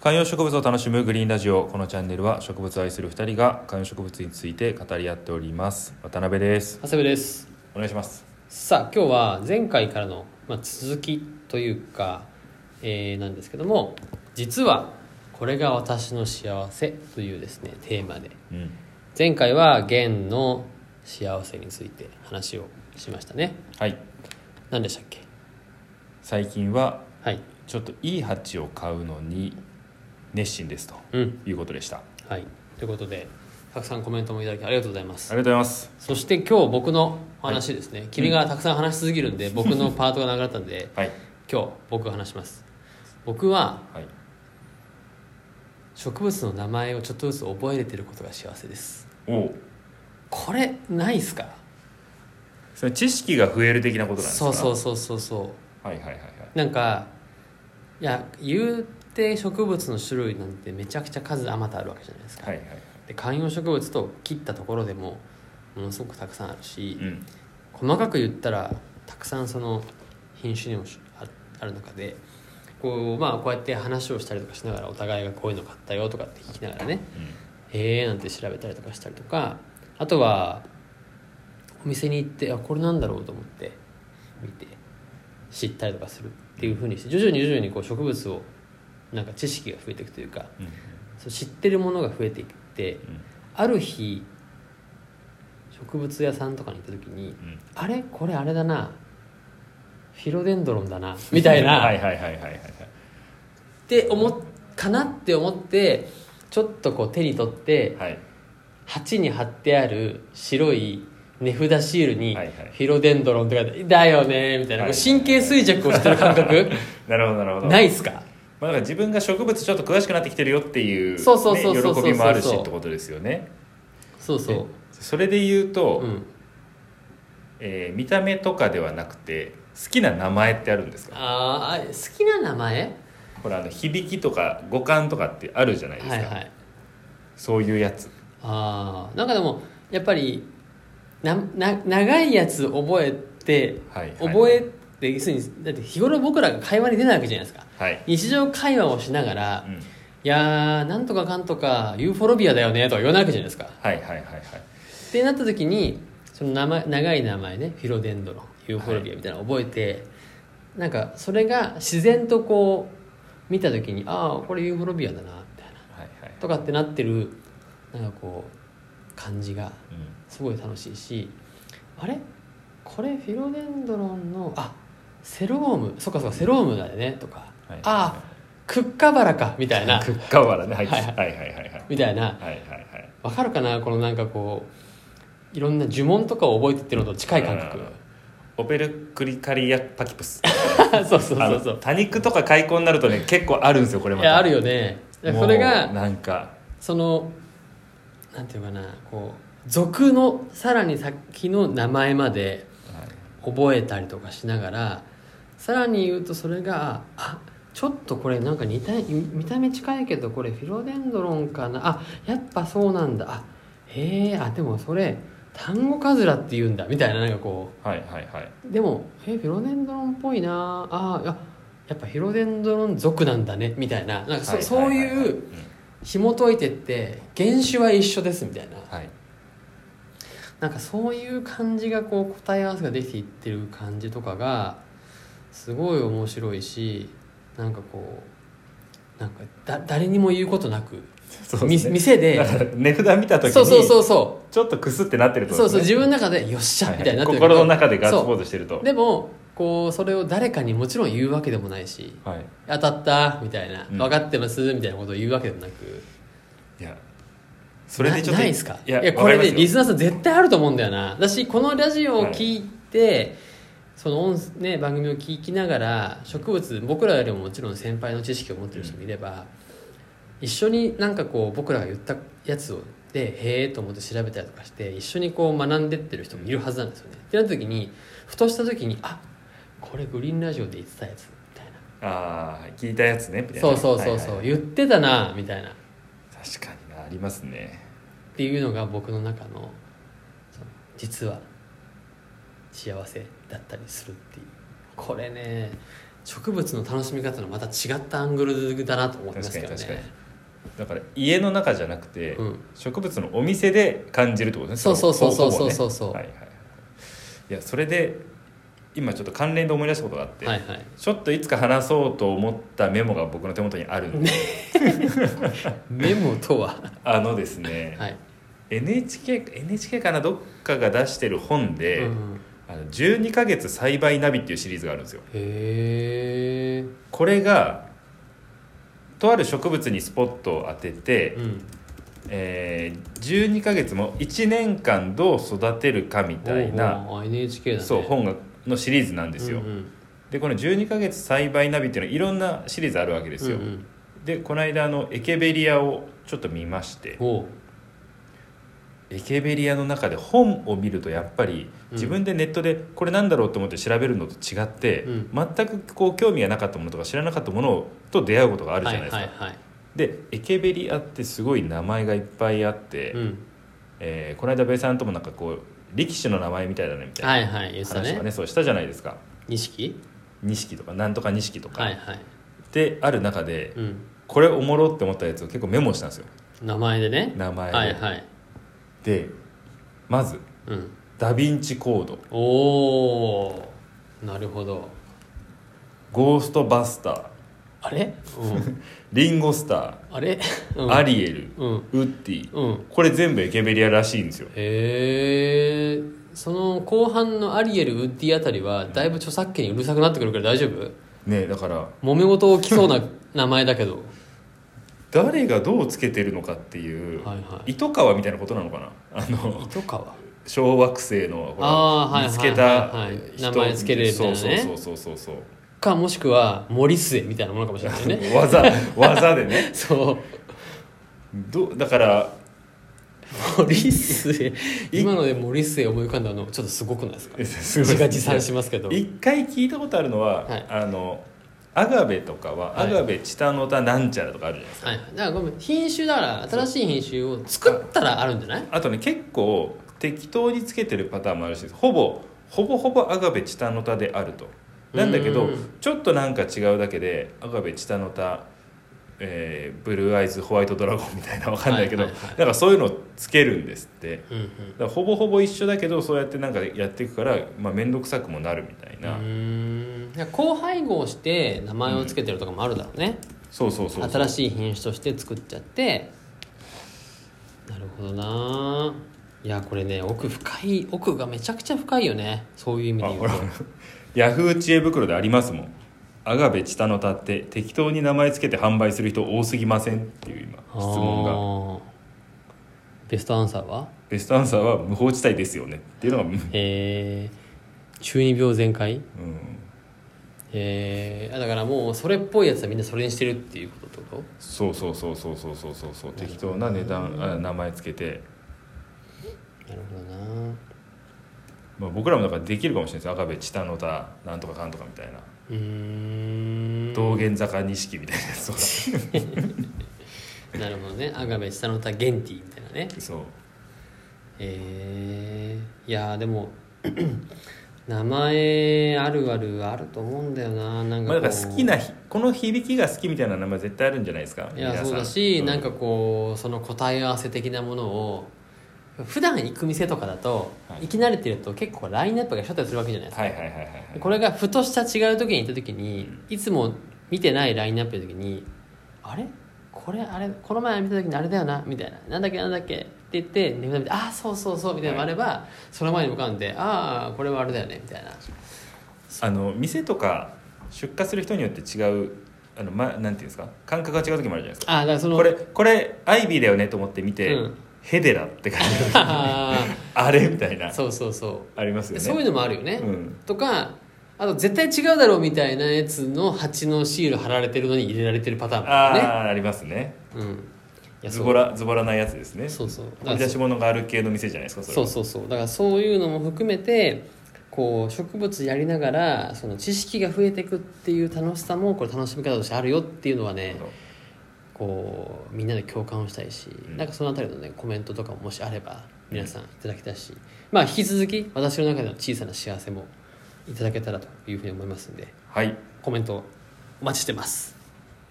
観葉植物を楽しむグリーンラジオこのチャンネルは植物を愛する2人が観葉植物について語り合っております渡辺です長谷部ですお願いしますさあ今日は前回からの、まあ、続きというか、えーなんですけども実はこれが私の幸せというですねテーマでうん前回は弦の幸せについて話をしましたねはい何でしたっけ最近ははいちょっといい鉢を買うのに熱心ですとうんいうことでしたあはいということでたくさんコメントもいただきありがとうございますりがとうございますそして今日僕の話ですね、君がたくさん話しすぎるんで、僕のパートが流れたんではい今日僕が話します僕ははい植物の名前をちょっとずつ覚えれてることが幸せですおおこれないっすかそれ知識が増える的なことなんですかそうそうそうそうそはいはいはいはいうなんかいや言うて植物の種類なんてめちゃくちゃ数あまたあるわけじゃないですか、はいはいはいで観葉植物と切ったところでもものすごくたくさんあるし、うん細かく言ったらたくさんその品種にもあある中でこうまあこうやって話をしたりとかしながらお互いがこういうの買ったよとかって聞きながらねへえなんて調べたりとかしたりとかあとはお店に行ってあこれなんだろうと思って見て知ったりとかするっていうふうにして徐々に徐々にこう植物をなんか知識が増えていくというかうんうんそう知ってるものが増えていってうんある日植物屋さんとかに行った時にうんあれこれあれだなフィロデンドロンだなみたいなはいはいはいはいはいはいって思っかなって思ってちょっとこう手に取ってはい鉢に貼ってある白い値札シールにはいはい「フィロデンドロン」って書いてある「だよね」みたいなはいこう神経衰弱をしてる感覚 なるほどなるほどないっすかまあ、だから自分が植物ちょっと詳しくなってきてるよっていう,、ね、そうそうそうそうそうそう喜びもあるしってことですよねそうそうそれで言うと、うんえー見た目とかではなくて好きな名前ってあるんですかあーあ好きな名前ほらあの響きとか五感とかってあるじゃないですか、はいはいそういうやつああなんかでもやっぱりなな長いやつ覚えてはいはい覚えて要するにだって日頃僕らが会話に出ないわけじゃないですかはい、日常会話をしながらうん、「いやーなんとかかんとかユーフォロビアだよね」とか言わないわけじゃないですかはいはいはいはいってなった時にその名前長い名前ねフィロデンドロンユーフォルビアみたいなのを覚えて、なんかそれが自然とこう見た時にああこれユーフォルビアだなみたいなはいはいとかってなってるなんかこう感じがうんすごい楽しいしあれこれフィロデンドロンのあセロームそっかそっかセロームだよねとか、はいああクッカバラかみたいなクッカワラねはいははいいはいはいはいはいみたいなはいはいわかるかなこのなんかこういろんな呪文とかを覚えてってるのと近い感覚うんオペルクリカリアパキプスそう そうあそのうそう多肉とか開口になるとね結構あるんですよこれまいたやあるよねいやもうそれがなんかそのなんていうかなこう俗のさらに先の名前まではい覚えたりとかしながらさらに言うとそれがあちょっとこれなんか似た見た目近いけどこれフィロデンドロンかなあやっぱそうなんだあへえあでもそれ単語カズラって言うんだみたいななんかこうはいはいはいでも「えフィロデンドロンっぽいなあーいややっぱフィロデンドロン族なんだね」みたいななんかそ,、はいはそはうはいうん紐解いてって原種は一緒ですみたいなはいなんかそういう感じがこう答え合わせができていってる感じとかがすごい面白いしなんかこうなんかだ誰にも言うことなく、そうでみすね店だかでら値札見た時にそうそうそうそちょっとクスってなってるうとそうそう自分のの中で「よっしゃ」みたいになってるけど心の中でガッツポーそズしてるとうでもこうそれを誰かにもちろん言うわけでもないしはい当たったみたいなうん分かってますみたいなことを言うわけでもなくいやそれでちょっとなないですかいやこわかりれねますよリスナーさん絶対あると思うんだよな私このラジオを聞いて、その音、ね、番組を聞きながら植物僕らよりももちろん先輩の知識を持ってる人もいれば、一緒になんかこう僕らが言ったやつをでへえと思って調べたりとかして一緒にこう学んでってる人もいるはずなんですよね。ってなった時にふとした時にあこれグリーンラジオで言ってたやつみたいなああ聞いたやつねみたいなそうそうそうそはいう、はい言ってたなみたいなっ確かになありますねていうのが僕の中のその実は幸せだったりするっていうこれね植物の楽しみ方のまた違ったアングルだなと思いま確すかけにどね確かにだから家の中じゃなくて、うん植物のお店で感じるってことですそうねそうそうそうほぼねそうそうそうはいはいはいいやそれで今ちょっと関連で思い出したことがあって、はいはいちょっといつか話そうと思ったメモが僕の手元にあるんで、メモとはあのですね、はい、 NHK, NHK かなどっかが出してる本で「うんあの12ヶ月栽培ナビ」っていうシリーズがあるんですよ。へえこれがとある植物にスポットを当てて、うんえー12ヶ月も1年間どう育てるかみたいな、おうおうあ NHK だねそう本がのシリーズなんでですよ。うんうん、でこの12ヶ月栽培ナビっていうのはいろんなシリーズあるわけですよ。うんうんでこの間あのエケベリアをちょっと見ましておうエケベリアの中で本を見るとやっぱりうん自分でネットでこれなんだろうと思って調べるのと違って、うん全くこう興味がなかったものとか知らなかったものと出会うことがあるじゃないですか。はいはいはいでエケベリアってすごい名前がいっぱいあって、うん、えーこの間ベイさんともなんかこう力士の名前みたいだねみたいはいはい言なってた話はねねそうしたじゃないですか錦錦とかなんとか錦とか、はいはい、である中でうん、これおもろって思ったやつを結構メモしたんですよ名前でね名前で,、はいはい、でまずうん、ダヴィンチコードおおなるほどゴーストバスターあれ、うん、リンゴスタ あれ、ー、うん、アリエルうんウッディうんこれ全部エケベリアらしいんですよへえその後半のアリエルウッディあたりはだいぶ著作権にうるさくなってくるから大丈夫ねだから揉め事起きそうな名前だけど誰がどうつけてるのかっていう、はいはい糸川みたいなことなのかなあ の糸川小惑星のほらあーはいはい見つけたはいはい人名前つけるみたいなねそうそうそうそうそうかもしくは森末みたいなものかもしれない ね技技でねそうどだから森 末今ので森末思い浮かんだのちょっとすごくないですかえすごい自画自賛しますけど一回聞いたことあるのは、はいあのアガベとかは、はいアガベチタノタなんちゃらとかあるじゃないですかはい、だからごめん品種だから新しい品種を作ったらあるんじゃないあとね結構適当につけてるパターンもあるしほぼほぼほぼアガベチタノタであるとなんだけどうんちょっとなんか違うだけでアガベチタノタ、えーブルーアイズホワイトドラゴンみたいなわかんないけど、はいはいはいなんかそういうのをつけるんですってうんうんだからほぼほぼ一緒だけどそうやってなんかやっていくからまあ面倒、くさくもなるみたいうな、ーんだから交配合して名前を付けてるとかもあるだろうね、そうそうそうそう新しい品種として作っちゃってなるほどないやこれね奥深い奥がめちゃくちゃ深いよねそういう意味あで言ほうらとほらヤフー知恵袋でありますもんアガベチタノタって適当に名前つけて販売する人多すぎませんっていう今質問ががベストアンサーはベストアンサーは無法地帯ですよねっていうのが、うん、えー、中二病全開えー、あだからもうそれっぽいやつはみんなそれにしてるっていうことってことそうそうそうそうそうそうそうそう適当な値段あ名前つけて、なるほどなまあ、僕らもだからできるかもしれないです赤部チタノタなんとかかんとかみたいなうーん道玄坂錦みたいなや つとかなるほどねアガベ下の歌ゲンティみたいなねそうえー、いやーでも 名前あるあるあると思うんだよななんまあかこだう、から好きなひこの響きが好きみたいな名前絶対あるんじゃないですかい皆やさそうだし、うなんかこうその答え合わせ的なものを普段行く店とかだと、はい行き慣れてると結構ラインナップが一緒だったりするわけじゃないですか、はいはいはいはいはいこれがふとした違う時に行った時にいつも見てないラインナップの時にあれこれあれこの前見た時にあれだよなみたいななんだっけなんだっけって言って眠くなってああそうそうそうみたいなのもあれば、その前に向かうんでああこれはあれだよねみたいなあの店とか出荷する人によって違うあの、ま、なんていうんですか感覚が違う時もあるじゃないですかああだからそのこれこれアイビーだよねと思って見て、うんヘデラって感 じが ああれみたいーなそうそうそありますうよでねそういうのもあるよね、うんとかあと絶対違うだろうみたいなやつの鉢のシール貼られてるのに入れられてるパターンもあああるねー、ありますねうん、いやズそうボラズボラなやつですねそうそうだから掘り出し物がある系の店じゃないですかそれそうはそうそうだからそういうのも含めてこう植物やりながらその知識が増えていくっていう楽しさもこれ楽しみ方としてあるよっていうのはねなるほどこうみんなで共感をしたいし、んなんかそのあたりのねコメントとかももしあれば皆さんいただきたいし、まあ引き続き私の中での小さな幸せもいただけたらというふうに思いますんではいコメントお待ちしてます